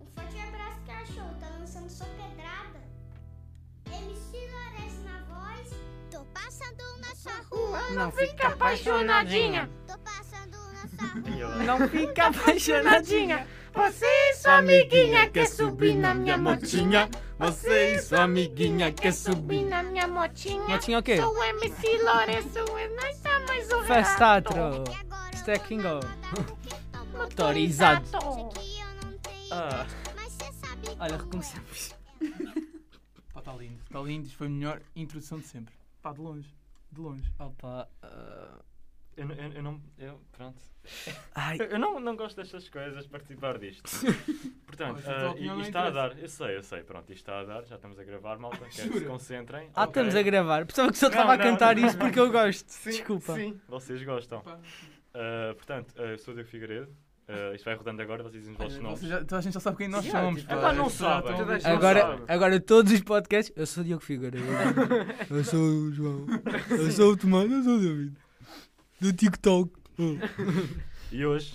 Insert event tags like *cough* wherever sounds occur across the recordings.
Um Tá lançando só pedrada. MC Lores na voz. Tô passando na sua rua. Não fica apaixonadinha. Tô passando na sua *laughs* rua. Não fica apaixonadinha. Você e sua amiguinha quer subir na minha motinha. Você e sua amiguinha quer subir na minha motinha. Motinha o quê? Sou o MC Lourenço e nós tá mais um Festatro. E agora eu é Stack vou and go. nadar no *laughs* que tá morto. é Motorizado. Sei que eu não tenho Ah. idade, mas cê sabe Olha, como é. *laughs* recomeçamos. Pá, tá lindo, tá lindo. Isto foi a melhor introdução de sempre. Pá, de longe, de longe. Opa. ah, Eu, n- eu- eu não. Eu, pronto. Ai. *laughs* Eu, eu não, não gosto destas coisas, participar *laughs* disto. Portanto, Olha, a tua ah, isto opinião não está a interessa. dar. Eu sei, eu sei. Pronto, isto está a dar. Já estamos a gravar, malta. Quero que Jura? se concentrem. Ah, ok? estamos a gravar. Pensava que só Não, estava a não, cantar não, isso não. porque eu gosto. Sim, Desculpa. Sim, vocês gostam. Pá. Ah, portanto, ah, eu sou o Diego Figueiredo. Ah, isto vai rodando agora, vocês dizem os vossos nomes. Vocês já- Toda a gente já sabe quem nós Yeah, somos. tipo, pá. é um pá, não Vocês já sabem. estão- Não Agora, sabe. agora todos os podcasts. Eu sou o Diogo *laughs* Figueiredo. Eu sou o João. Eu sou o Tomás. Eu sou o David. Do TikTok. E hoje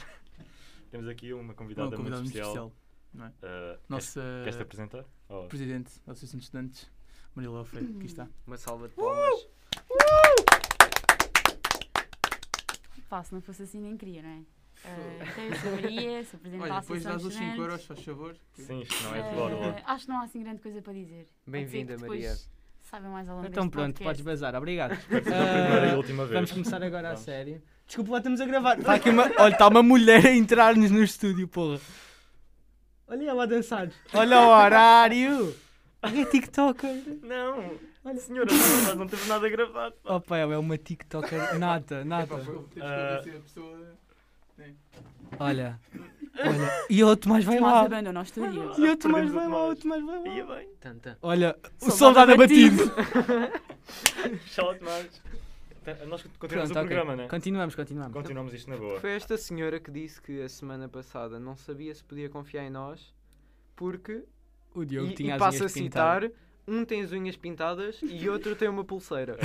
temos aqui uma Não, um convidada convidado muito muito especial. especial. Ah, Nosso queres- Queres te eh, apresentar? Oh, presidente da Associação de Estudantes, Murilo Alfredo. Aqui está. Uma salva de palmas. Pá, se não fosse assim, nem queria, não é? Ah, então eu sou a Maria, *laughs* sou presidente da Olha, depois Associação dás de os 5 euros, Estudantes. faz favor. Sim, isto não é Ah, de *laughs* borla. acho que não há assim grande coisa para dizer. Bem-vinda, Maria. Sabem mais ao longo Então deste pronto, podes podcast. bazar. Obrigado. Primeira e Ah, última vez. Vamos começar agora a Vamos. sério. Desculpa, lá estamos a gravar. Tá aqui uma- Olha, está uma mulher a entrar-nos no estúdio, porra. Olha ela a dançar. Olha o horário. Olha a TikToker. Não! Senhora, não, nós não temos nada gravado. Ah, pá. Opa, ela é uma TikToker nata, nata. um Olha. Olha. E o Tomás é vai Tomás lá. abandonou o estúdio. E o Tomás Perdemos o vai lá, o Tomás. Tomás vai lá. Ia bem. Tanta. Olha, o Soldado soldado abatido. Tchau, Tomás. Tá, Nós continuamos Pronto, o ok. programa, é? né? Continuamos, continuamos. Continuamos isto na boa. Foi esta senhora que disse que a semana passada não sabia se podia confiar em nós porque. O Diogo E, tinha e as passa a unhas citar: pintadas. um tem as unhas pintadas e outro tem uma pulseira.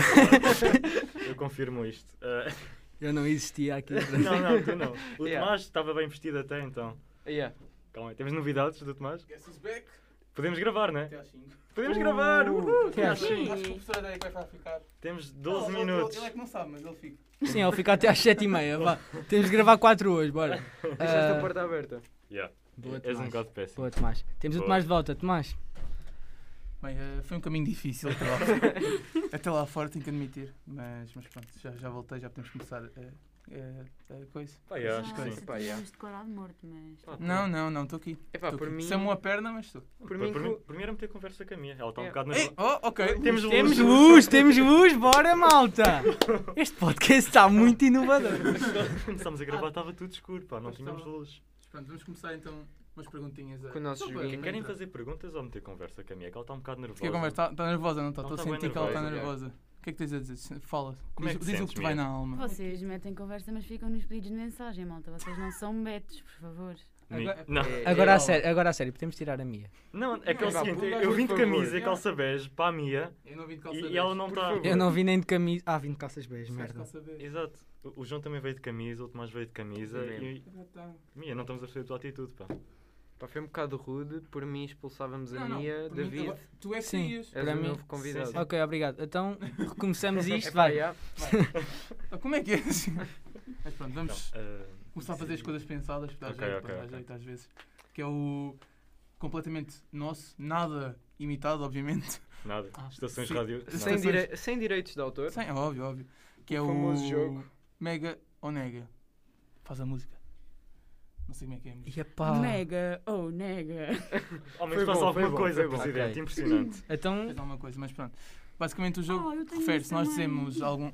Eu confirmo isto. Ah, Eu não existia *laughs* aqui. não, não, tu não. O Yeah. Tomás estava bem vestido até então. *laughs* Yeah. Calma aí. Temos novidades do Tomás? Guess is back. Podemos gravar, né? Até às 5. Podemos gravar! Uhul! até às Sim. cinco. Acho que o professor Adéia vai ficar. Temos 12 Não, ele- minutos. Ele é que não sabe, mas ele fica. Sim, ele fica até às 7h30. Vá. Temos de gravar 4 hoje, bora. Deixa esta Ah, porta aberta. Yeah. Boa, És um Tomás. bocado péssimo. Boa, Tomás. Temos o Boa. Tomás de volta, Tomás. Bem, eh, foi um caminho difícil até lá fora. *laughs* até lá fora, tenho que admitir. Mas, mas pronto, já, já voltei, já podemos começar eh, eh, a coisa. Pá, yeah, acho Ah, que se sim. Pá, yeah. tivéssemos decorado morto, mas... Ah, Não, não, não, estou aqui. Epá, tô por aqui. mim. Sem uma perna, mas estou. Por mim. Por mim, que- primeiro é meter conversa com a minha. Ela está um É. bocado Ei, nervosa. Oh, ok. Temos luz. Temos *laughs* luz, temos luz, bora malta! Este podcast está muito inovador. Quando Começámos a gravar, estava tudo escuro, pá. Não Pois tínhamos estava. luz. Pronto, vamos começar então umas perguntinhas. a- Com o nosso Só para- joguinho. Querem para- fazer perguntas ou meter conversa com a minha? Que ela está um bocado nervosa. Porque a conversa está nervosa, não está? Ela Estou tá a bem sentir que ela está nervosa. nervosa. O que é que tens a dizer? Fala. Como é diz que diz o sentes, que te vai Mia? na alma. Vocês metem conversa, mas ficam nos pedidos de mensagem, malta. Vocês não são betos, por favor. Ni- Agora- Não. É, Agora é- a sério, agora a sério, podemos tirar a minha. não, é que é o Vá, seguinte: pergunta, eu vim de por favor. camisa e calça bege para a Mia Eu não vim de e, e ela não tá- por está. favor. Eu não vi nem de camisa. Ah, vim de calças beijas, merda. Exato. O o João também veio de camisa, o Tomás veio de camisa Eu e. Mia, não estamos a perceber a tua atitude, pá. Pá, foi um bocado rude. Por mim expulsávamos a Mia, David. Tu és Sim. Sim. És Para o mim- novo convidado. Sim, Ok, obrigado. Então *laughs* recomeçamos isto, Epá, vai. yeah. Como é que é *laughs* assim? Mas pronto, vamos Então, começar a fazer as coisas pensadas, porque dá Ok, jeito, ok, dá ok. jeito às vezes. Que é o completamente nosso, nada imitado, obviamente. ah, nada. Ah, Estações sim. de rádio. nada. Sem, Estações- direi- sem direitos de autor. Sim, é óbvio, óbvio. Que é o famoso jogo. Mega ou Nega. Faz a música. Não sei como é que é a E música. epá. Nega, oh nega. Ao menos Foi faça bom, alguma foi bom, coisa, foi bom. presidente. Ok. Impressionante. Então, Fez alguma coisa, mas pronto. Basicamente o jogo Ah, eu tenho refere-se, isso nós também. dizemos algum.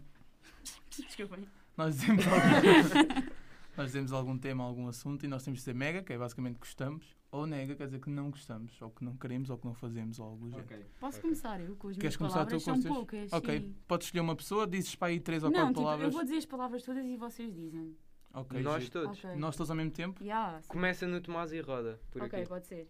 Desculpem. Nós dizemos algum. *laughs* nós dizemos algum tema, algum assunto e nós temos de dizer mega, que é basicamente gostamos, ou nega, quer dizer que não gostamos, ou que não queremos, ou que não fazemos, ou algo do género. Posso começar eu com as Queres minhas começar tu palavras? com São as tuas? poucas, Ok, sim. podes escolher uma pessoa, dizes para aí três ou Não, quatro tipo, eu palavras. vou dizer as palavras todas e vocês dizem. Ok, Nós giro. todos. Ok. Nós todos ao mesmo tempo. Yeah, sim. Começa no Tomás e roda. Por Ok, aqui. pode ser.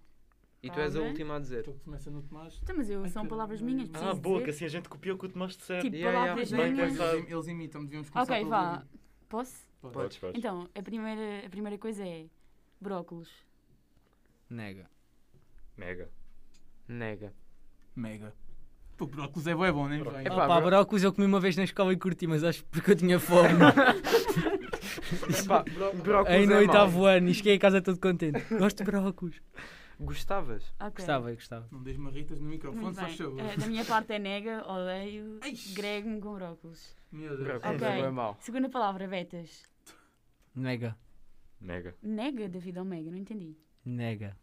E tu és a calma. última a dizer. Tu começa no Tomás. Então, mas eu, Ai, são caralho. palavras minhas, preciso Ah, boa, que dizer. assim a gente copiou o que o Tomás disser. Tipo, Yeah, yeah, palavras bem minhas. pensado. Eles, eles imitam, devíamos começar Ok, pelo vá. David. Posso? Pode. Podes, *laughs* podes. Então, a primeira, a primeira coisa é brócolos. nega. Mega. Nega. Mega. Pô, brócolis é bué bom, né? Brócolis. João? Epá, Ah, pá, bro- brócolis eu comi uma vez na escola e curti, mas acho que porque eu tinha fome. *laughs* Epá, brócolis Aí no é mau. oitavo ano, e cheguei a casa todo contente. Gosto de brócolis. Gostavas? Ok. Gostava, eu gostava. Não deixes marritas no microfone, Muito só bem. chama. Eh, da minha parte é nega, odeio, Eish. grego-me com brócolis. Meu Deus. Brócolis Ok. é bué mau. Segunda palavra, betas. Nega. Mega. Nega, David ou mega, não entendi. Nega.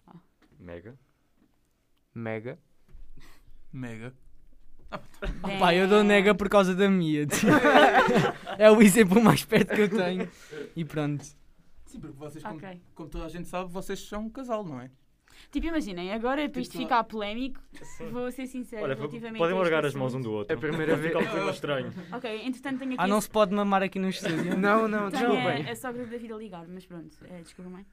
Mega. Mega. Mega. Ah, Pá, eu dou nega por causa da *laughs* minha. tio. é o exemplo mais perto que eu tenho. E pronto. Sim, porque vocês, como, Ok. como toda a gente sabe, vocês são um casal, não é? Tipo, imaginem, agora para isto Tipo, ficar polémico, vou ser sincero Olha, É, relativamente podem a este largar as mãos um assunto. do outro. É a primeira Vai vez- Ficar um clima *laughs* estranho. Ok, entretanto tenho aqui... Ah, não esse- se pode mamar aqui no estúdio? Não, não, Tenho desculpem. é a, a sogra da vida a ligar, mas pronto, eh, desculpa mãe.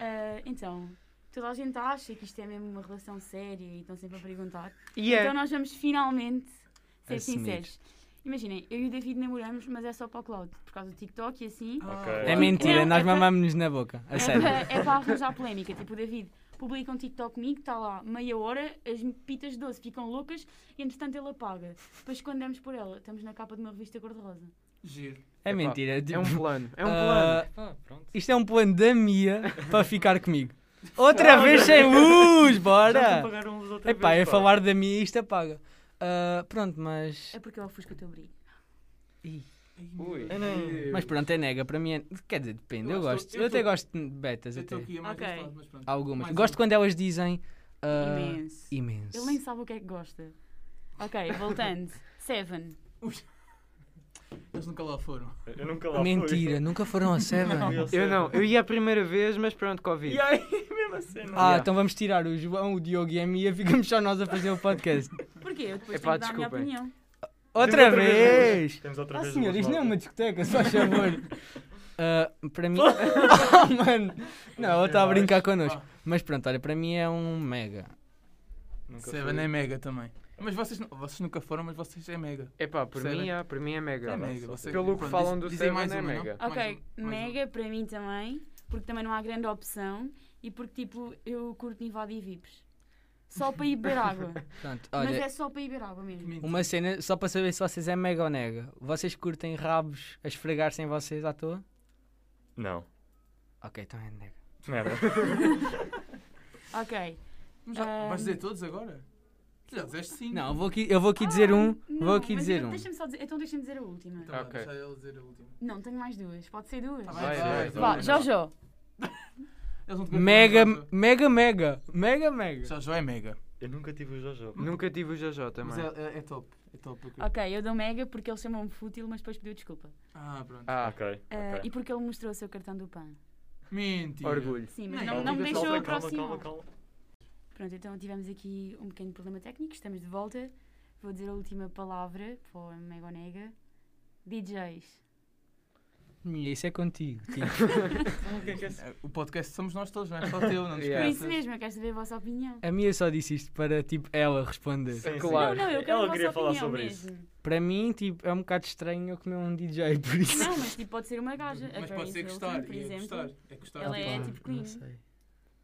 Eh, então, toda a gente acha que isto é mesmo uma relação séria e estão sempre a perguntar. E Então é. nós vamos finalmente ser Assumir. sinceros. Imaginem, eu e o David namoramos, mas é só para o Cloud, por causa do TikTok e assim. Ok. É mentira, Não, é nós pra- mamamos-nos na boca. A É sério. para, é para arranjar polémica. Tipo, o David publica um TikTok comigo, está lá meia hora, as pitas de doce ficam loucas e entretanto ele apaga. Depois quando damos por ela, estamos na capa de uma revista cor-de-rosa. Giro. É Epá, mentira. É tipo, um plano. É um ah, plano. pronto. isto é um plano da Mia para ficar *laughs* comigo. Outra vez sem luz, bora! É Epá, é falar da Mia e isto apaga. Ah, pronto, mas. É porque eu ofusco o teu brilho. Ui. Eu Mas pronto, é nega. Para mim é. Quer dizer, depende. Eu Eu, gosto- gosto. eu Eu, até tô- gosto de betas, até. estou aqui a mais Ok. okay. mas pronto. Algumas. Mais gosto um. quando elas dizem. ah, Imenso. imenso. Ele nem sabe o que é que gosta. Ok, voltando. Seven. Eles nunca lá foram. Eu nunca lá fui. Mentira, nunca foram a Seven. Eu não, eu ia a primeira vez, mas pronto, Covid. E aí, mesmo cena. Ah, Yeah. então vamos tirar o João, o Diogo e a Mia, ficamos só nós a fazer o podcast. Porquê? Eu depois Epá, tenho que dar a minha desculpem. opinião. Outra, outra vez. vez! Temos outra Ah, vez. senhor, duas isto não é uma voltas. discoteca, só favor. *laughs* Ah, para mim. *laughs* Ah, mano! Não, ela está a brincar connosco. Mas pronto, olha, para mim é um mega. Nunca Seven fui. é mega também. Mas vocês, não- vocês nunca foram, mas vocês é mega. Epá, por Seven. mim, ah, por mim é mega. É mega. Você, Pelo que pronto, falam diz- do dizem Seven mais é uma, não? mega. Mais Ok, um, mais mega para mim também, porque também não há grande opção e porque, tipo, eu curto invadir VIPs. Só para ir beber água. Pronto, Mas olha. é só para ir beber água mesmo. um. Uma cena só para saber se vocês é mega ou nega. Vocês curtem rabos a esfregar sem vocês à toa? Não. Ok, então é nega. Merda. Ok. Mas já- Ahm. Vais dizer todos agora? Já disseste sim. Não, eu vou aqui, eu vou aqui dizer um. Ah, Não, vou aqui mas dizer eu- um. Deixa-me só dizer, então deixa-me dizer a última. Então, vá, Ok. Deixa ele dizer a última. Não, tenho mais duas. Pode ser duas. Tá bem, Vai, vai, Vá, vai. Jojo. Eles não te gostam, Mega, não, Jojo. mega, mega. Mega, mega. Jojo é mega. *laughs* Eu nunca tive o Jojo. Nunca tive o JJ Mas também. é, é- é top. É top. eu quero. Ok, eu dou mega porque ele chamou-me fútil, mas depois pediu desculpa. Ah, pronto. Ah, Ok. Ah, ok. E porque ele mostrou o seu cartão do PAN. Mentira. orgulho. Sim, mas Não, não, não me diga só, calma, deixou calma, aproximar. calma, calma. Pronto, então tivemos aqui um pequeno problema técnico, estamos de volta. Vou dizer a última palavra para o Mega ou Nega. DJs. Mia, isso é contigo. tio. É, O podcast somos nós todos, não é só teu, não te Yeah. Por esqueças. isso mesmo, eu quero saber a vossa opinião. *laughs* A Mia só disse isto para tipo ela responder. Sim, sim. Claro. Não, não, eu quero Ela a vossa queria falar opinião sobre isso. mesmo. Para mim, tipo, é um bocado estranho eu comer um DJ por isso. Não, mas tipo, pode ser uma gaja. A Mas pode Paris ser Hilton, gostar. por e É exemplo. gostar. É gostar. Ela é Pá. tipo queen.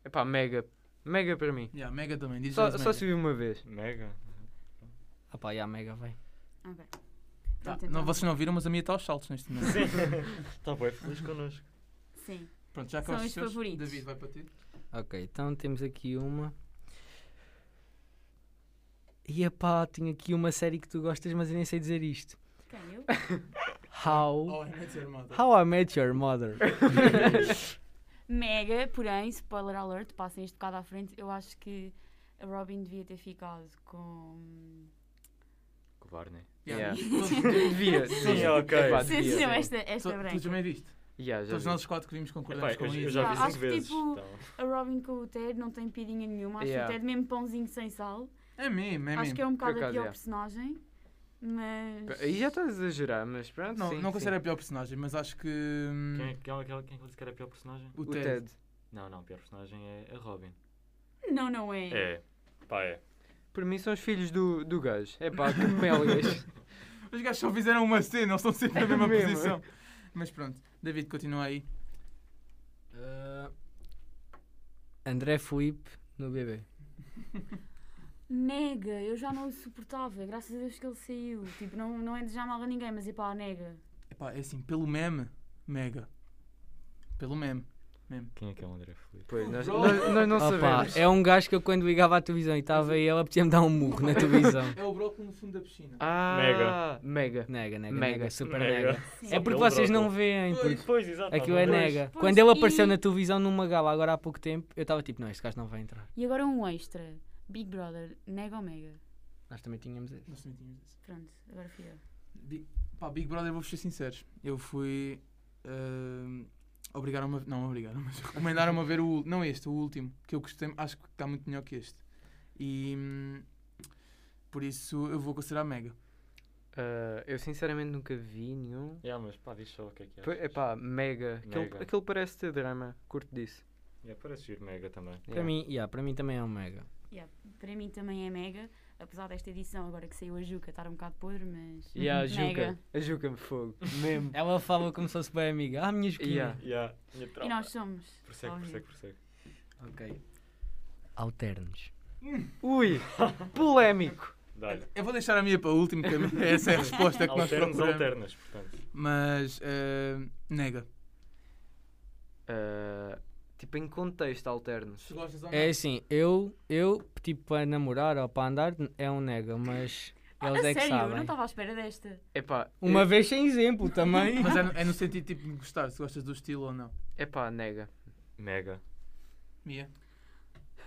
Epá, mega. Mega para mim. Yeah, mega também. Diz Só, eles só mega. se viu uma vez. Mega. Ah pá, yeah, mega, vai. Ok. Tá, Pronto, Não, então. vocês não viram, mas a minha está aos saltos neste momento. Sim. Está bem feliz connosco. Sim. Pronto, já São acabaste os os teus? favoritos. David, vai para ti. Ok, então temos aqui uma. E pá, tinha aqui uma série que tu gostas, mas eu nem sei dizer isto. Quem? Eu? How. Oh, é Mads Armada. Uh. How I Met Your Mother. *laughs* Mega, porém, spoiler alert, passem isto bocado à frente. Eu acho que a Robin devia ter ficado com. é, Com o né? Barney. Yeah. Yeah. *laughs* É Todos- Via. Sim, ok. Epá, Sim, devia. sim, esta, esta é todos- Tu branca. também viste? Yeah, já Todos vi. nós os quatro que vimos Epá, concordamos com eu, eu isso. já vi Acho cinco que, vezes. tipo, então. A Robin com o Ted não tem piadinha nenhuma. Acho Yeah. o Ted mesmo pãozinho sem sal. É mesmo, é acho que é mesmo. um bocado Por a acaso, pior yeah. personagem. Mas. Aí já estás a exagerar, mas pronto. Não, sim, não sim. considero a pior personagem, mas acho que. hum, Quem, é- quem, é- quem, é- quem é que disse que era a pior personagem? O o Ted. Ted. Não, não, a pior personagem é a Robin. Não, não é. É. Pá, é. Por mim são os filhos do, do gajo. *laughs* Epá, que melgas. Os gajos só fizeram uma cena, eles estão sempre na mesma mesmo. posição. Mas pronto, David, continua aí. Ah, André Felipe no bebê. Nega, eu já não o suportava, graças a Deus que ele saiu. Tipo, não, não é desejar mal a ninguém, mas epá, nega. Epá, é assim, pelo meme, mega. Pelo meme. meme. Quem é que é o André Felipe? Pois, nós, nós, nós não Opa, sabemos. é um gajo que eu quando ligava à televisão e estava ele, apetecia-me dar um murro na *laughs* televisão. É o brócolis no fundo da piscina. Ah, mega. Nega, nega, Mega. nega, super Nega. nega. É porque Ele vocês não brotou. veem, porque Pois, exato. aquilo é nós não vemos. nega. Pois, Quando ele apareceu e- na televisão numa gala agora há pouco tempo, eu estava tipo, não, este gajo não vai entrar. E agora um extra. Big Brother, nega ou mega? Nós também tínhamos esse. Nós também tínhamos isso. Pronto, agora fui eu. Big, pá, Big Brother, vou-vos ser sinceros. Eu fui. Uh, obrigaram-me a, Não, obrigaram mas *laughs* recomendaram-me a ver o. ul- Não este, o último. Que eu gostei. Acho que está muito melhor que este. E. hum, Por isso eu vou considerar mega. Ah, eu sinceramente nunca vi nenhum. Yeah, mas pá, diz só o que é que P- é. Epá, mega. Aquele, Mega. aquele parece ter drama. Curto disso. Yeah, parece giro mega também. Para mim, yeah, para mim também é um mega. Para mim também é mega, apesar desta edição agora que saiu a Juca estar um bocado podre, mas. *laughs* E a Juca. Uhum. Mega. A Juca-me fogo. *laughs* Mesmo. Ela fala como se fosse bem amiga. Ah, minha esquina. Yeah. Yeah, minha E tropa. nós somos. é Prossegue, óbvio. prossegue, prossegue. Ok. Alternos. Ui, polémico. Dá-lhe. Eu vou deixar a minha para o último, porque a minha- essa é a resposta que nós Alternas, procuramos. alternas, portanto. Mas. uh, nega. *laughs* Ah, tipo, em contexto alterno. Se gostas ou não. É assim, eu, eu, tipo, para namorar ou para andar, é um nega, mas Ah, eles a é que sério, eu não sabem. estava à espera desta. Epá, Uma eu- vez sem exemplo também. Mas é no, é no sentido tipo de gostar, se gostas do estilo ou não. Epá, nega. Mega. Mia. *laughs*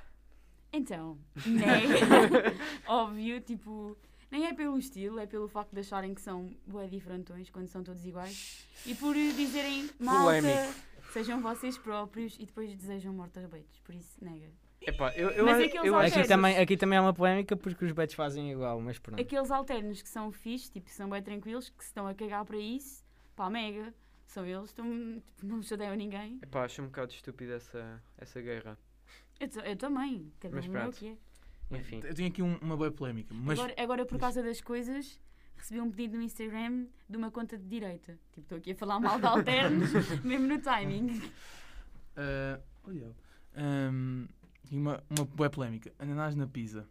Então, nega. Óbvio, tipo. Nem é pelo estilo, é pelo facto de acharem que são bué diferentões quando são todos iguais e por eh, dizerem malta, sejam vocês próprios e depois desejam morte aos beijos. Por isso, nega. Epá, eu, eu, Mas é a- aqueles Aqui eu acho alternos- que também, aqui também há uma polémica porque os betos fazem igual, mas pronto. Aqueles alternos que são fixe, tipo, são bem tranquilos, que se estão a cagar para isso, pá, mega. São eles, estão, tipo, não chateiam ninguém. Epá, acho um bocado estúpido essa, essa guerra. Eu, to- eu também, cada Mas um é o pronto. que é. Enfim. Eu tenho aqui um- uma boa polémica, mas Agora, agora, por causa das coisas, recebi um pedido no Instagram de uma conta de direita. Tipo, estou aqui a falar mal de alternos, mesmo no timing. Ah, olha, ahm, e uma, uma boa polémica. Ananás na pizza.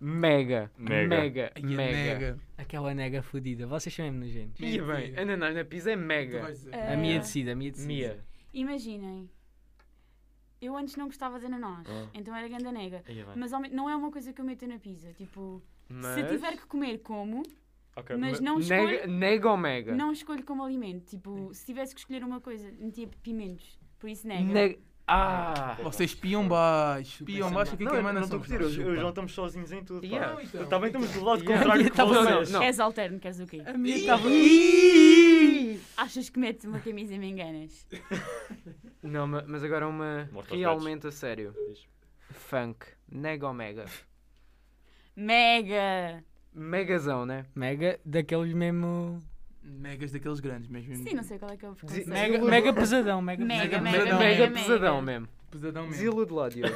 Mega. Mega. Mega. Ai, é a Mega. nega. Aquela nega fodida, vocês são mesmo nojentos. Ia bem, Mentira. ananás na pizza é Tu mega. vais dizer. Eh, A minha decida, a minha decida. Mia. Imaginem, eu antes não gostava de ananás, Ah. então era ganda nega. Ia bem. Mas ao me- não é uma coisa que eu meto na pizza. Tipo, Mas... se tiver que comer, como, Ok, mas mas- não escolho. Nega, nega ou mega? Não escolho como alimento. Tipo, se tivesse que escolher uma coisa, metia pimentos. Por isso nega. Nega. Ah! Vocês piam baixo, piam baixo, o que é Não, que é eu mais não nós estou a somos? curtir, hoje Chupa. hoje já estamos sozinhos em tudo. pá. Yeah. Não, então. Também estamos do lado Yeah. *laughs* contrário que Tava- não, vocês. não. És alterno, queres o quê? A minha estava. Achas que metes uma camisa e me enganas? Não, ma- mas agora uma Morte aos realmente a sério. Diz. Funk. Nega ou mega? Mega! Megazão, né? Mega daqueles mesmo. Megas daqueles grandes mesmo. Sim, não sei qual é que é o preconceito. Mega, mega pesadão, mega, Mega, pesadão. mega, Pesadão. É mega mega. pesadão mesmo. Pesadão mesmo. Desilude lá, Diogo.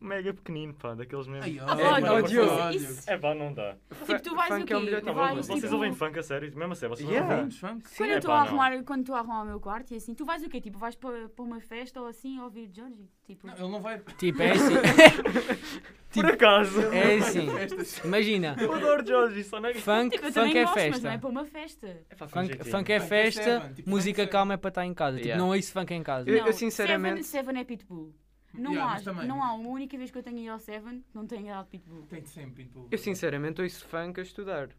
Mega pequenino, pá, daqueles mesmo. Ai, Ódio, então, ódio, isso- ódio. É, isso- É pá, não dá. Tipo, tu vais Funk o quê? é o melhor Tu que Não, vais, vocês tipo, ouvem funk a sério? Mesmo a sério, vocês Yeah. não ouvem? Vamos, vamos. Quando eu É estou pá, a não. arrumar, quando estou a arrumar o meu quarto e assim, tu vais o quê? Tipo, vais para para uma festa ou assim ouvir Georgie? Tipo, Não, ele não vai. Tipo, é assim. Tipo- Por acaso. É assim. Festas. Imagina. Eu adoro Jorge, só nega. Funk, tipo, eu funk também é gosto, mas não é festa. para uma festa. Funk, funk é Funk é festa, seven, tipo, música funk é calma é para estar em casa. Tipo, Yeah. não ouço funk em casa. Eu- Não, sinceramente- Seven, Seven é Pitbull. Não, Yeah, mas há, também. não há uma única vez que eu tenha ido ao Seven que não tenha dado Pitbull. Tem de sempre, então. Eu sinceramente ouço funk a estudar.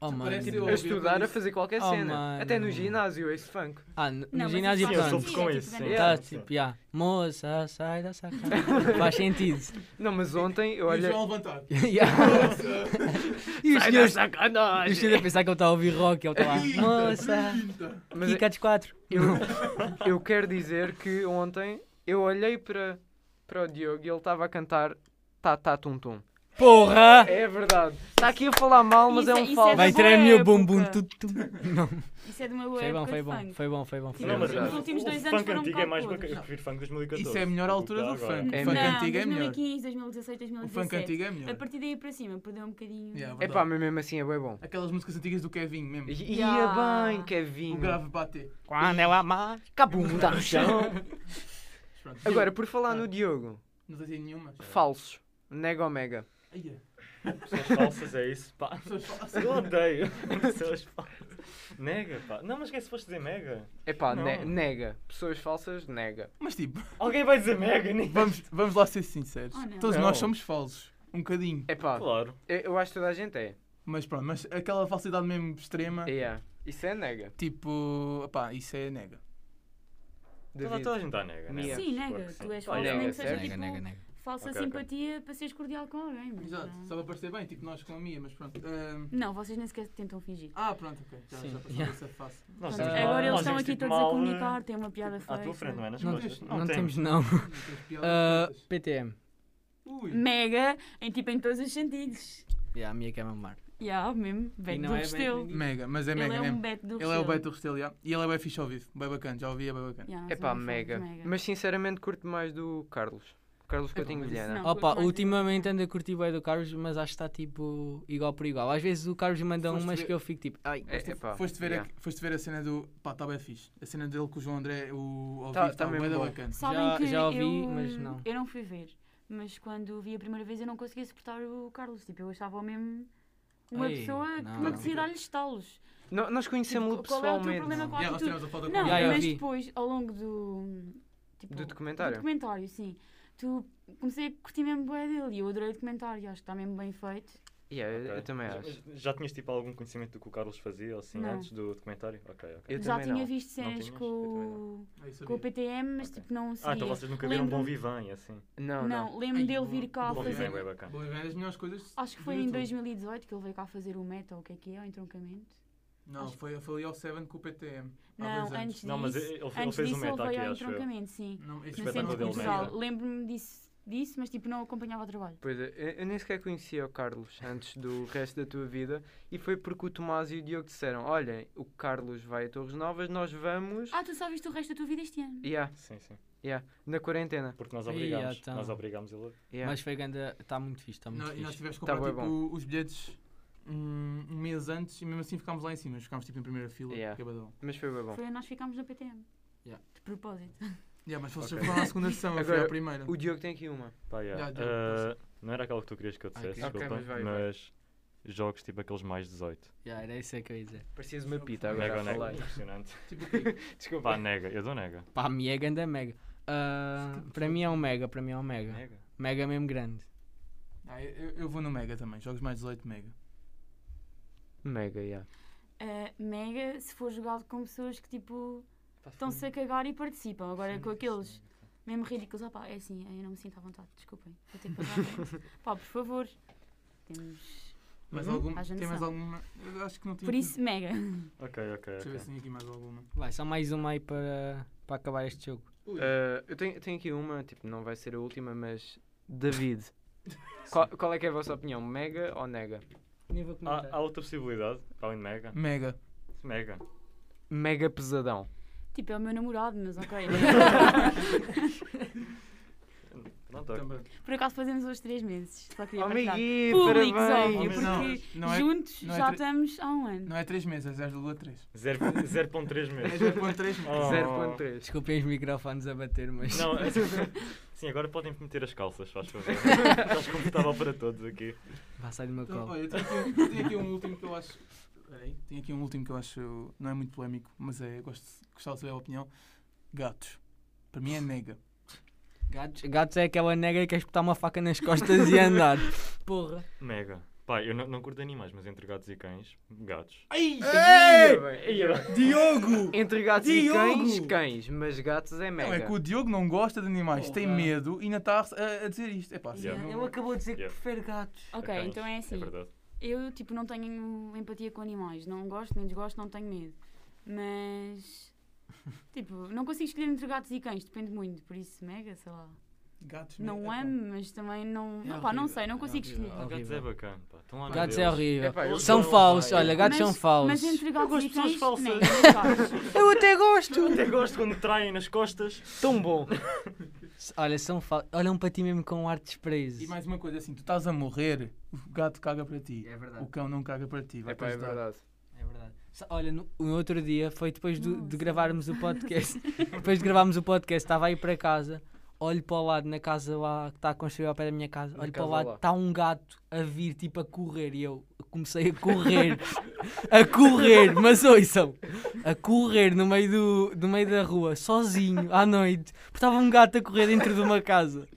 Oh, mano. Parece eu A ouvi estudar, a quando fazer qualquer Oh, cena. mano. Até no ginásio ouço funk. Ah, no, Não, no mas ginásio isso Sim, eu faz tanto. sofro sentido, com é isso. tipo, sim. é Tá, tipo, yeah. Moça, sai da sacada. Faz sentido. *laughs* Não, mas ontem eu E o olhei. João levantado. Yeah. E os Sai senhores- da sacanagem! os senhores a pensar que eu estava a ouvir rock. Ele está *laughs* lá. Eita, Moça, eita. Mas é- Kika dos quatro. eu, eu quero dizer que ontem eu olhei para, para o Diogo e ele estava a cantar Tá Tá Tum Tum. Porra! É verdade. Está aqui a falar mal, mas é Isso é- um isso falso. é Vai boa tirar o meu época. bumbum. Tu, tu. Não. Isso é de uma boa Tá. Foi bom, época foi de bom, funk. foi bom, foi bom. é foi Não, bom. mas- Os últimos o dois anos funk foram um antigo é bocado mais bacana. podres. Eu prefiro funk 2014. Isso é a melhor altura Tá do agora. funk. É O funk não, antigo é melhor. 2015, 2016, 2017. O funk antigo é melhor. A partir daí para cima, perdeu um bocadinho. Yeah, É verdade. pá, mas mesmo assim é bem bom. Aquelas músicas antigas do Kevin mesmo. I- Ya. Ia bem, O Kevin. grave bater. Quando ela mais. Cabum, *laughs* tá no chão. *laughs* Mas pronto. Agora, por falar no Diogo, Não sei é nenhuma. falsos. Nega Omega. Ai, é. Pessoas falsas, é isso, *laughs* pá. pessoas falam assim. Eu odeio pessoas falsas. Nega, pá. Não, mas é quem se fosse dizer mega? Epá, Não. ne nega. Pessoas falsas, nega. Mas tipo, Alguém vai dizer mega, nem vamos, vamos lá ser sinceros. Oh, não. Todos Não. nós somos falsos. Um bocadinho. *laughs* Epá, Claro. eu, eu acho que toda a gente é. Mas pronto, mas aquela falsidade mesmo extrema, Yeah. Isso é nega. tipo, opá, isso é nega. Toda, David. toda a gente está nega, né? Mia. Sim, Claro nega. que sim. Tu és Pá, falsa, nega, nem que seja certo. tipo nega, nega. falsa Ok, ok. simpatia para seres cordial com alguém. Mas Exato, não. só para parecer bem, tipo nós com a minha, mas pronto. Ahm, Não, vocês nem sequer tentam fingir. ah, pronto, ok, já, Sim. já passou Yeah. essa *laughs* fase. Nós Pronto, temos mal- agora eles nós estão temos, aqui tipo, todos mal, a eh, comunicar, tem uma piada À tua feia. frente, não é? Nas Não costas. tens- Não, temos, não. Não tens piada, Ah, não tens- PTM. Ui, Mega, em tipo em todos os sentidos. Yeah, a minha é quer mamar. Já, mesmo, bem não do é bem Restelo. entendido. mega, mas é Ele mega é mesmo. um Beto do Ele é o Restelo. Beto Restelo, yeah. e ele é bem fixe ao vivo, bem bacana, já ouvi, é bem bacana. Yeah, Epá, são bem mega. fortes, Mas sinceramente curto mais do Carlos. Carlos Coutinho mas isso Vilhena. Não, Opa, curto mais ultimamente ando a curtir bem do Carlos, mas acho que está tipo igual por igual. Às vezes o Carlos manda Foste umas ver- que eu fico tipo, ai, É, epá, Foste ver, yeah. a, foste ver a cena do. Pá, está bem fixe. A cena dele com o João André, o ao Tá- vivo, tá tá mesmo bué da bom. bacana. Sabem Já- que já ouvi, eu, mas não. Eu não fui ver, mas quando vi a primeira vez eu não conseguia suportar o Carlos. Tipo, eu achava mesmo uma Ei, pessoa não, que me não. apetecia dar-lhe estalos. No- Nós conhecemos-lo Tipo, qual é o teu pessoalmente. problema com a Yeah, nós atitude? tivemos a foto com Não, ele. Yeah, eu mas vi. depois, ao longo do. Tipo, Do documentário? Do documentário, sim. Tu comecei a curtir mesmo bué dele e eu adorei o documentário. Acho que está mesmo bem feito. Yeah, eu- Ok. Eu também Já- acho. Já tinhas tipo algum conhecimento do que o Carlos fazia assim Não. antes do documentário? Ok, ok. Eu Já também tinha não. visto Não cenas tinhas? com, Eu também o- Aí sabia. com o PTM, mas Ok. tipo não Ah, seguia. então vocês nunca viram um Bom Lembro-me- Vivan e assim? Não, Não, não. lembro-me Ai, dele boa- vir cá boa Bom Vivan fazer. é bem bacana. Bom, é das melhores coisas. Acho que do foi em YouTube. 2018 que ele veio cá fazer o metal, o que é que é, o entroncamento. Não, Acho- foi, foi ali ao Seven com o PTM. há Não, dois anos. antes Ah, disso. é. Não, mas ele- ele antes fez um disso meta ele aqui, veio ao acho eu. entroncamento, sim. Não, esse No espetáculo centro dele Tá cultural. mesmo. Lembro-me disso, disso, mas tipo não acompanhava o trabalho. Pois é, eu, eu nem sequer conhecia o Carlos antes do resto da tua vida e foi porque o Tomás e o Diogo disseram: Olhem, o Carlos vai a Torres Novas, nós vamos. Ah, tu só viste o resto da tua vida este ano. Yeah, Sim, sim. yeah, na quarentena. Porque nós Ih, obrigámos. então. Nós obrigámos ele. a- Yeah. mas foi ganda, está muito fixe, está muito Não, e nós fixe. tivemos que Tá comprar bué tipo, os bilhetes hum, um mês antes e mesmo assim ficámos lá em cima. Ficámos tipo na primeira fila. Yeah. Cabadão. Mas foi bem bom. Foi onde nós ficámos no PTM. Yeah. De propósito. Yeah, mas vocês Ok. foram à segunda sessão, eu fui Agora, à primeira. O Diogo tem aqui uma. Pá, yeah. Já, já, Ah, não era aquela que tu querias que eu dissesse, ok. Ok, desculpa. mas vai, vai. mas jogos tipo aqueles mais 18. Yeah, era isso é que eu ia dizer. Parecias uma pita Mega agora a ou nega? falar. Impressionante. Tipo, o quê? Desculpa. Pá, nega. Eu dou nega. Para mim é ganda mega. Ah, para mim é um mega, para mim é um mega. Nega. Mega mesmo grande. Ah, eu, eu vou no Mega também. Jogos mais 18 Mega. Mega, yeah. Ah, mega, se for jogado com pessoas que tipo estão-se a cagar e participam. Agora com aqueles mesmo ridículos, opá, é assim, eu não me sinto à vontade, desculpem. Vou ter *laughs* que pagar. Pá, por favor. Temos. Mas Uhum. algum, Haja tem mais noção. alguma? Eu acho que não tem. Por isso, mega. Ok, ok, Deixa eu ver se ok. tem aqui mais alguma. Vai, só mais uma aí para, para acabar este jogo. Ah, eu tenho, tenho aqui uma, tipo, não vai ser a última, mas. David. qual, qual é que é a vossa opinião? Mega ou nega? Nem vou comentar. Ah, Há, há outra possibilidade, para além de mega? Mega. Mega. Mega pesadão. Tipo, é o meu namorado, *laughs* mas ok. Não toco. Também. Por acaso fazemos hoje três meses. Só queria Oh, marcar. Migui, Públicos, parabéns! óbvio, Mas não, porque não é- juntos não é já tre- estamos há um ano. Não é 3 meses, é 0,3. Zero- 0.3 É meses. 0,3 meses. Oh. 0.3. Desculpem os microfones a bater, mas. Não, é- *laughs* sim, agora podem meter as calças, faz favor. Estás confortável para todos aqui. *laughs* Vai sair do meu Então, colo. olha, tenho aqui, um- tenho aqui um último que eu acho. Peraí, tenho aqui um último que eu acho. Não é muito polémico, mas é. Gosto, gostava de saber a opinião. Gatos. Para mim é nega. Gatos, gatos é aquela nega que quer espetar uma faca nas costas e andar. *laughs* Porra. Mega. Pá, eu não, não curto animais, mas entre gatos e cães, gatos. É Diogo! Entre gatos e Diogo! cães, cães, mas gatos é Não, é mega. que o Diogo não gosta de animais, tem Porra. medo e ainda está a, a dizer isto. É pá, Yeah. sim, Ele acabou de dizer que Yeah. prefere gatos. Ok, Cães, então é assim. É verdade. eu, tipo, não tenho empatia com animais. Não gosto, nem desgosto, não tenho medo. Mas. Tipo, não consigo escolher entre gatos e cães, depende muito. Por isso, mega, sei lá. Gatos. Não é pá. amo, mas também não. É opá, não horrível, sei, não é consigo horrível. escolher. Ah, Gatos horrível. é bacana, pá. Estão lá Gatos é deles. horrível. Epá, eu são sou- falsos, Ai, olha, gatos Mas- são falsos. Mas entre gatos gosto e de pessoas cães, falsas. mega, não gosto. *laughs* É Eu até gosto! Até gosto quando traem nas costas. Tão bom. Olha, são falsos. um Olham para ti mesmo com ar de desprezo. E mais uma coisa, assim, tu estás a morrer, o gato caga para ti. É verdade. O cão não caga para ti. É Vai pá, é verdade. É verdade. Sa- Olha, no, no outro dia foi depois do- Não, de *laughs* sim. gravarmos o podcast. depois de gravarmos o podcast, estava aí para casa. olho para o lado na casa lá que está a construir ao pé da minha casa, Na olho para o casa lado, lá. está um gato a vir tipo a correr e eu comecei a correr, *laughs* a correr, mas ouçam, a correr no meio, do, no meio da rua, sozinho, à noite, porque estava um gato a correr dentro de uma casa.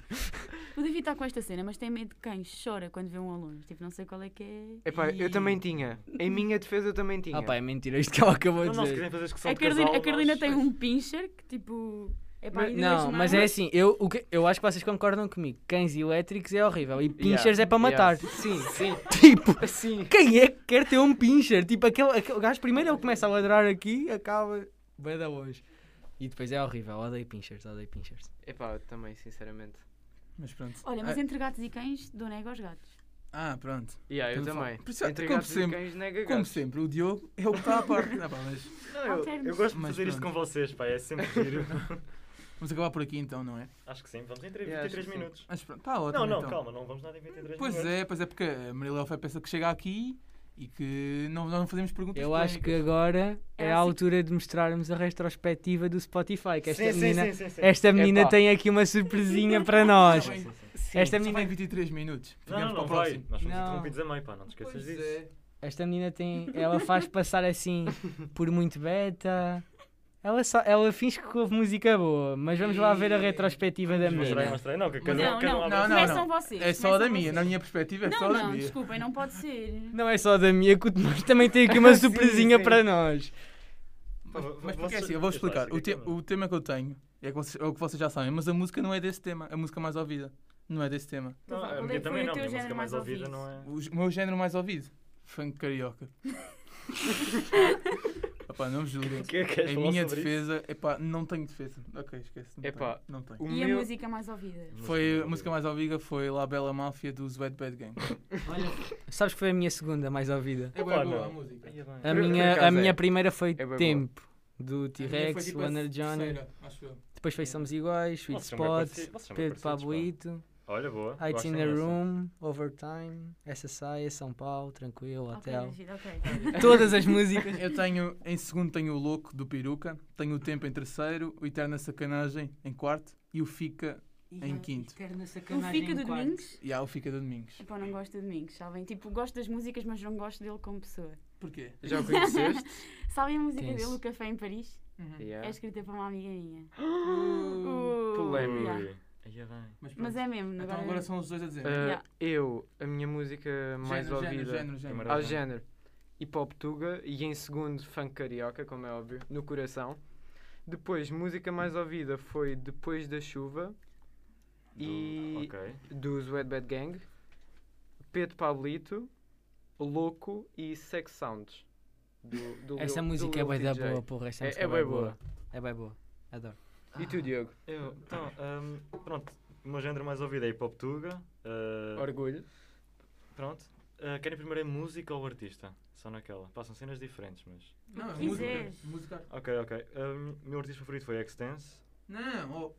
O David está com esta cena, mas tem medo de cães. Chora quando vê um aluno. Tipo, não sei qual é que é. Epá, eu também tinha. Em minha defesa eu também tinha. Ah pá, é mentira isto que ela acabou de Não, não, se dizer. quiserem fazer discussão A de Carolina, casal, a Carolina nós- tem um pincher que tipo. É pá, Não, mas é assim, eu, o que- eu acho que vocês concordam comigo. Cães elétricos é horrível e pinchers é para matar. *laughs* Sim, sim. Tipo, Assim. quem é que quer ter um pincher? Tipo, aquele, aquele gajo primeiro ele começa a ladrar aqui, acaba bem da longe. E depois é horrível, odeio pinchers, odeio pinchers. Epá, eu também, sinceramente. Mas pronto. Olha, mas Ah, entre gatos e cães, dou nega aos gatos. Ah, pronto. Yeah, eu Tudo fala. também. Por isso é- Entre como gatos e sempre- cães, nega Como gatos. sempre, o Diogo é o que está à parte. Não, pá, mas Não, eu, eu Alternos. gosto de Mas fazer isto com pronto. vocês, pá, é sempre giro. vamos acabar por aqui então, não é? acho que sim, vamos em Yeah, acho 23 que sim. minutos. Mas pronto, está ótimo. Não, não, então. calma, não vamos nada em 23 Pois minutos. é, pois é, porque a Maria foi pensa que chega aqui e que não, nós não é fazemos perguntas. Eu acho que polémicas. agora é É a assim. altura de mostrarmos a retrospectiva do Spotify. é, Que esta Sim, menina, sim, sim, sim, sim. Esta menina Epá. tem aqui uma surpresinha para nós. *laughs* Sim, sim, Esta é Só vai em menina, 23 minutos. Não, não, não Ficamos para o vai. próximo. Nós fomos Não. interrompidos a meio, pá, não te esqueças disso. esta menina tem. Ela faz passar assim por muito beta. Ela, só, ela finge que houve música boa, mas vamos lá ver a retrospectiva da Mostrei, menina. mostrei. Não, que Não, cada um- não, cada um não, abre- não, não. começam vocês. É só a da começam minha, vocês. na minha perspectiva, é Não, só a da não, minha. desculpem, não pode ser. Não é só da minha, que o Tomás também tem aqui uma *laughs* Sim, surpresinha sim. para nós. Vou- Mas, mas vou- porque vou- é assim, eu vou deixa lá, explicar. siga O, te- aqui, o tema que eu tenho é, que vocês- é o que vocês já sabem, mas a música não é desse tema. A música mais ouvida não é desse tema. Não, Qual é a que foi minha o também não, a teu minha música género mais mais ouvida ouvido? não é. O, g- meu género mais ouvido? Funk carioca. Epá, não me julguem. Que- queres Em falar minha sobre defesa, epá, não tenho defesa. Ok, esquece. Não Epá. tenho. Não tenho. O E a meu- música mais ouvida? isso? Foi a música mais ouvida foi La Bela Máfia dos Wet Bad Gang. Sabes que foi a minha segunda mais ouvida? É Epá, boa, boa não. a música. Ia bem. A Por- por minha, a acaso minha é. primeira foi bem boa. Tempo, do A minha foi T-Rex, tipo o a Under Johnny, terceira, acho eu. depois É. foi Somos Iguais, Sweet Vocês são bem Spot, parecidos- vocês são bem Pedro parecidos, pá. Pablito, Olha, boa. Heights gosto in the dessa. Room, Overtime, Essa Saia, São Paulo, Tranquilo, Ok, Hotel. Gigi, ok. Todas as músicas. Eu tenho, em segundo, tenho o Louco do Peruca, tenho o Tempo em terceiro, o Eterna Sacanagem em quarto e o Fica. Em quinto. O Fica do Domingos? E há o Fica do Domingos. Tipo, eu não gosto de Domingos, sabem? Tipo, gosto das músicas, mas não gosto dele como pessoa. Porquê? Já o *laughs* conheceste? Sabem a música Quem é dele, esse? O Café em Paris? É Uhum. yeah. escrita para uma amiga minha. Uh, Polémica. yeah. Ui. Ia bem. Mas, Mas é mesmo, Então agora, agora, são os dois a dizer. Ah, Yeah. Eu, a minha música mais Género, ouvida. género, género, Ah, género. Ao género hip hop tuga e em segundo funk carioca, como é óbvio, no coração. Depois, música mais ouvida foi Depois da Chuva e Ok. dos Wet Bad Gang, Pedro Pablito, Louco e Sex Sounds. do- do Essa Lil- do música é Lil bem da TJ. boa, porra. Essa É- música é bué bué boa. É bem boa. Adoro. E tu, Diogo? Eu, então, ahm, pronto. O meu género mais ouvido é hip hop tuga. ah, Orgulho. pronto. Ah, querem primeiro a música ou o artista? Só naquela. Passam cenas diferentes, mas. Não, Quiseres. música. música. Ok, ok. Ahm, meu artista favorito foi Extense. Não, oh,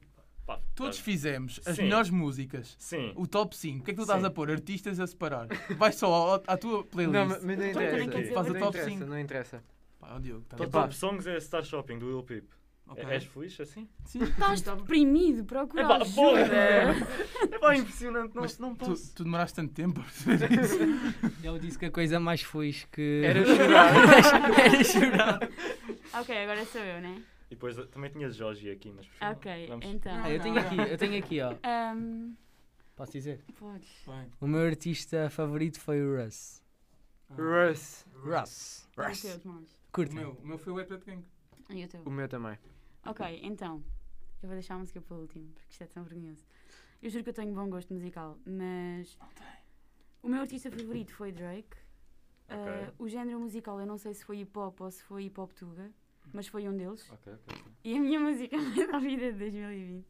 Pá, todos ah, fizemos as Sim. melhores músicas. Sim. O top 5. O que é que tu estás Sim. a pôr? Artistas a separar. Vai só ao- à tua playlist. Não, mas mas não Então, interessa. também quer dizer Faz o não top interessa, cinco. Não interessa. Pá, o Diogo. Tá O Epá. top songs é Star Shopping, do Will Peep. Ok. É- És feliz assim? *laughs* Sim. Estás deprimido, procura Epá, porra! ajuda. É pá, impressionante. Não, Mas não tu, posso. tu demoraste tanto tempo a *laughs* perceber isso. Ele disse que a coisa mais fixe que. Era chorar. *laughs* Era chorar. ok, agora sou eu, né? E depois ah, também tinha Jorge aqui, mas. por favor, Ok, vamos- então. Ah, eu tenho aqui, eu tenho aqui, ó. Ahm, Posso dizer? podes. Bem, O meu artista favorito foi o Russ. Russ. Russ. Russ. O teu, Tomás. ah. o, Curta. meu, o meu foi o Wet Bad Gang. E o teu? O meu também. Ok, então. Eu vou deixar a música para o último, porque isto é tão vergonhoso. Eu juro que eu tenho bom gosto musical, mas. O meu artista favorito foi Drake. Ah, o género musical eu não sei se foi hip hop ou se foi hip hop tuga, mas foi um deles. Ok, ok. ok. E a minha música *laughs* mais ouvida de 2020.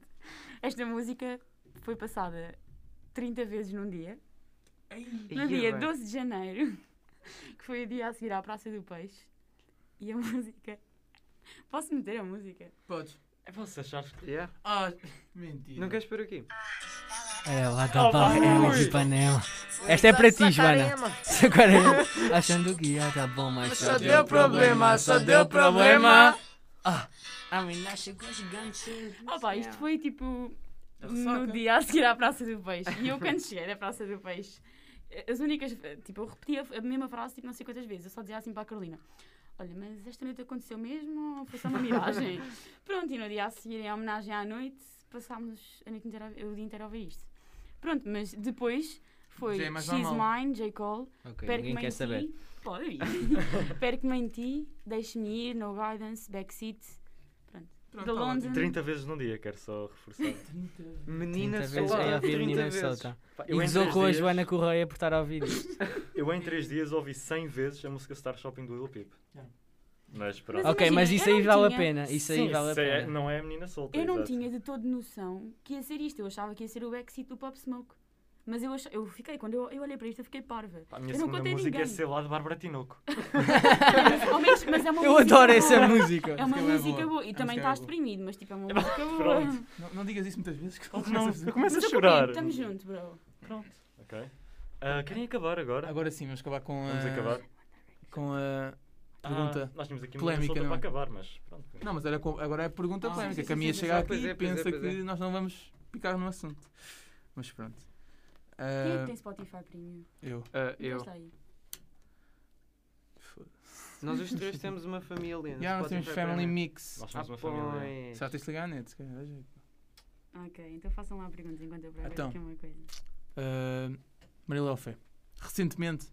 Esta música foi passada 30 vezes num dia. No Ia dia bem. 12 de janeiro, *laughs* que foi o dia a seguir à Praça do Peixe. E a *laughs* música. Posso meter a música? Podes. É você achares que. Yeah. Ah, mentira. Não queres por aqui? É lá Oh, da panela de panela. Esta é para ti, Joana. Sacarema. Achando que ia dar bom, mas só deu problema, só deu problema. Ah, a menina chegou gigante. Opa, isto foi tipo A no ressaca. dia a seguir à Praça do Peixe. E eu, quando cheguei à Praça do Peixe, as únicas. Tipo, eu repetia a mesma frase, tipo, não sei quantas vezes. Eu só dizia assim para a Carolina: Olha, mas esta noite aconteceu mesmo ou foi só *laughs* uma miragem? Pronto, e no dia a seguir, em homenagem à noite, passámos a noite inteira, a- o dia inteiro a ver isto. Pronto, mas depois foi Já é mais She's normal. Mine, J. Cole, Ok, Perco-me ninguém em quer saber. um. ti. Pode ir. *laughs* Perco-me em ti, deixe-me ir, no guidance, backseat. Pronto, The tá lá. London. 30 vezes num dia, quero só reforçar. 30 Menina vezes, É, solta, eu ouvi a 30 menina vezes. solta. Pá, E em gozou três com a dias- Joana Correia por estar a ouvir isto. Eu em 3 dias ouvi 100 vezes a música Star Shopping do Lil Peep. Já. Mas Mas pronto. Ok, imagina, mas eu isso aí não vale a tinha- pena. Isso aí Sim, vale a isso é- pena. não é a menina solta. Eu não exato. tinha de todo noção que ia ser isto. Eu achava que ia ser o backseat do Pop Smoke. Mas eu, ach- eu fiquei, quando eu, eu olhei para isto, eu fiquei parva. Pá, A minha eu não segunda contei a música ninguém. é Sei lá de Bárbara Tinoco. Mas, ao menos- mas *laughs* é uma Eu música adoro *laughs* boa. essa música. É uma Música é música boa. boa. A E também música é estás boa. deprimido, mas tipo, é uma música boa. *laughs* Pronto. Não, não digas isso muitas vezes. Que Não, não, começa a Mas eu chorar. compreendo, Estamos juntos, bro. Pronto. Ok. Ah, querem acabar agora? Agora sim, vamos acabar com a. Vamos acabar. Com a. Ah, Pergunta. nós tínhamos aqui polémica, uma solta não para é? acabar, mas pronto. Não, mas era com- agora é a pergunta Ah, polémica. sim, Que a sim, minha sim, chega sim. aqui Pois e é, pois é, pensa pois que é. nós não vamos picar no assunto. Mas pronto. Ah, Quem é que tem Spotify Premium? eu. Ah, eu. Está aí. Foda-se. Nós os três temos uma família. no Já nós temos Spotify Family Premium. Mix. Nós Ah, somos uma família. pois. Só tens de ligar a net, se calhar, dá jeito. Ok, então façam lá perguntas enquanto eu preparo Então. aqui uma coisa. Ah, Maria Lofé, recentemente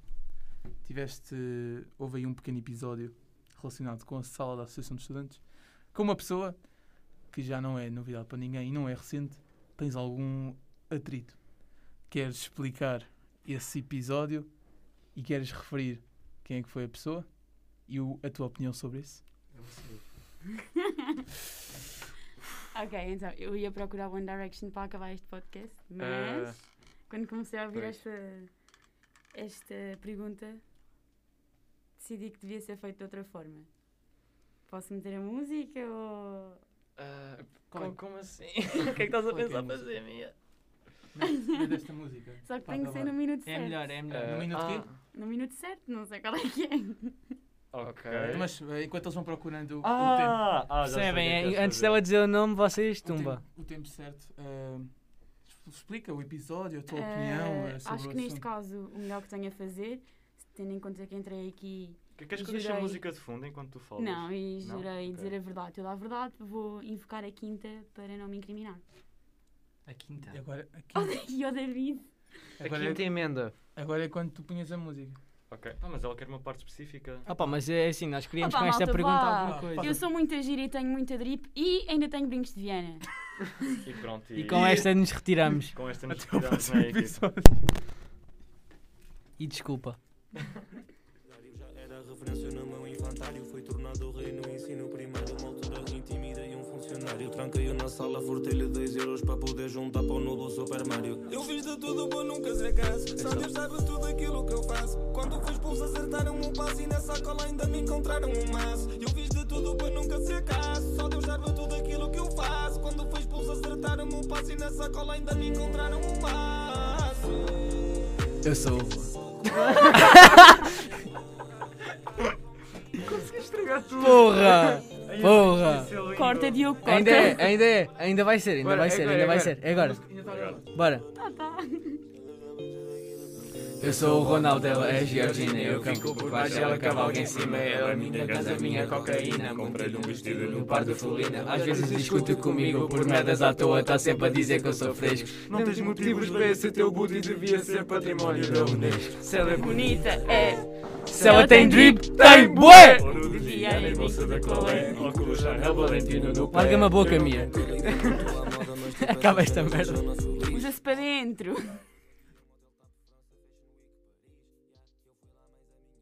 tiveste. Houve aí um pequeno episódio relacionado com a sala da Associação de Estudantes com uma pessoa que já não é novidade para ninguém e não é recente. Tens algum atrito? Queres explicar esse episódio e queres referir quem é que foi a pessoa e o- a tua opinião sobre isso? Ok, então eu ia procurar One Direction para acabar este podcast, mas quando comecei a ouvir pois. esta, esta pergunta decidi que devia ser feito de outra forma. Posso meter a música ou. Ah, Qual é- como, como assim? o que é que estás a qual é que é a pensar música? fazer, minha? Mete esta música. Só que Para tem que ser no acabar. minuto certo. é No Ah, minuto ah, quê? No minuto certo, não sei qual é que é. Ok. Ok. Mas eh, enquanto eles vão procurando o tempo. Ah, ah, já sei o que Percebem? é que É, queres Antes fazer. dela dizer o nome, vocês O tempo- tumba. O tempo certo. ahm, exp- explica o episódio, a tua Eh, opinião eh, sobre acho o que neste assunto. caso o melhor que tenho a fazer, tendo em conta que entrei aqui Que- Queres que eu deixe a Jurei. música de fundo enquanto tu falas? Não, e Não? jurei Ok. dizer a verdade, toda a verdade, vou invocar a quinta para não me incriminar. A quinta. E Agora, aqui, *laughs* e o David. A agora, quinta é, emenda. agora é quando tu punhas a música. Ok. Ah, mas ela quer uma parte específica. Ah pá, mas é assim, nós queríamos Opa, com esta malta, pergunta vá. Ah, alguma coisa. Eu sou muita gira e tenho muita drip e ainda tenho brincos de Viana. E pronto. E com esta nos retiramos. Com esta nos Até ao cuidamos, próximo não é, equipa? episódio. E desculpa. Era referência no meu infantário Fui tornado rei no ensino primário Uma altura que intimidei um funcionário Tranquei-o na sala, furtei-lhe 10 euros Para poder juntar pão no do Super Mario é Eu fiz de tudo para nunca ser caso Só Deus sabe tudo aquilo que eu faço Quando fui expulso acertaram um passo E na sacola ainda me encontraram um maço Eu fiz de tudo para nunca ser caso Só Deus sabe tudo aquilo que eu faço Quando fui expulso acertaram um passo E na sacola ainda me encontraram um maço Eu sou. *laughs* Porra! Porra! Corta, Diogo, corta. Ainda é, ainda é, ainda vai ser, ainda Bora, vai é ser, agora, ainda é vai agora. ser. É agora. Bora. Tá, tá. Eu sou o Ronaldo, ela é Georgina, eu Ficou por baixo, ela cavalga em cima. Ela é minha casa, minha cocaína. Comprei-lhe um vestido no par de folina. Às vezes discute comigo por merdas à toa. Tá sempre a dizer que eu sou fresco. Não tens motivos para esse teu booty. Devia ser património da Unesco. Se ela é bonita, Bonita, é. Se ela tem drip, tem bué! ouro de Diana e bolsa da Chloé. Óculos Chanel, Valentino no pé. um *laughs* Larga-me a boca, Mia. Acaba esta merda. Usa-se para dentro.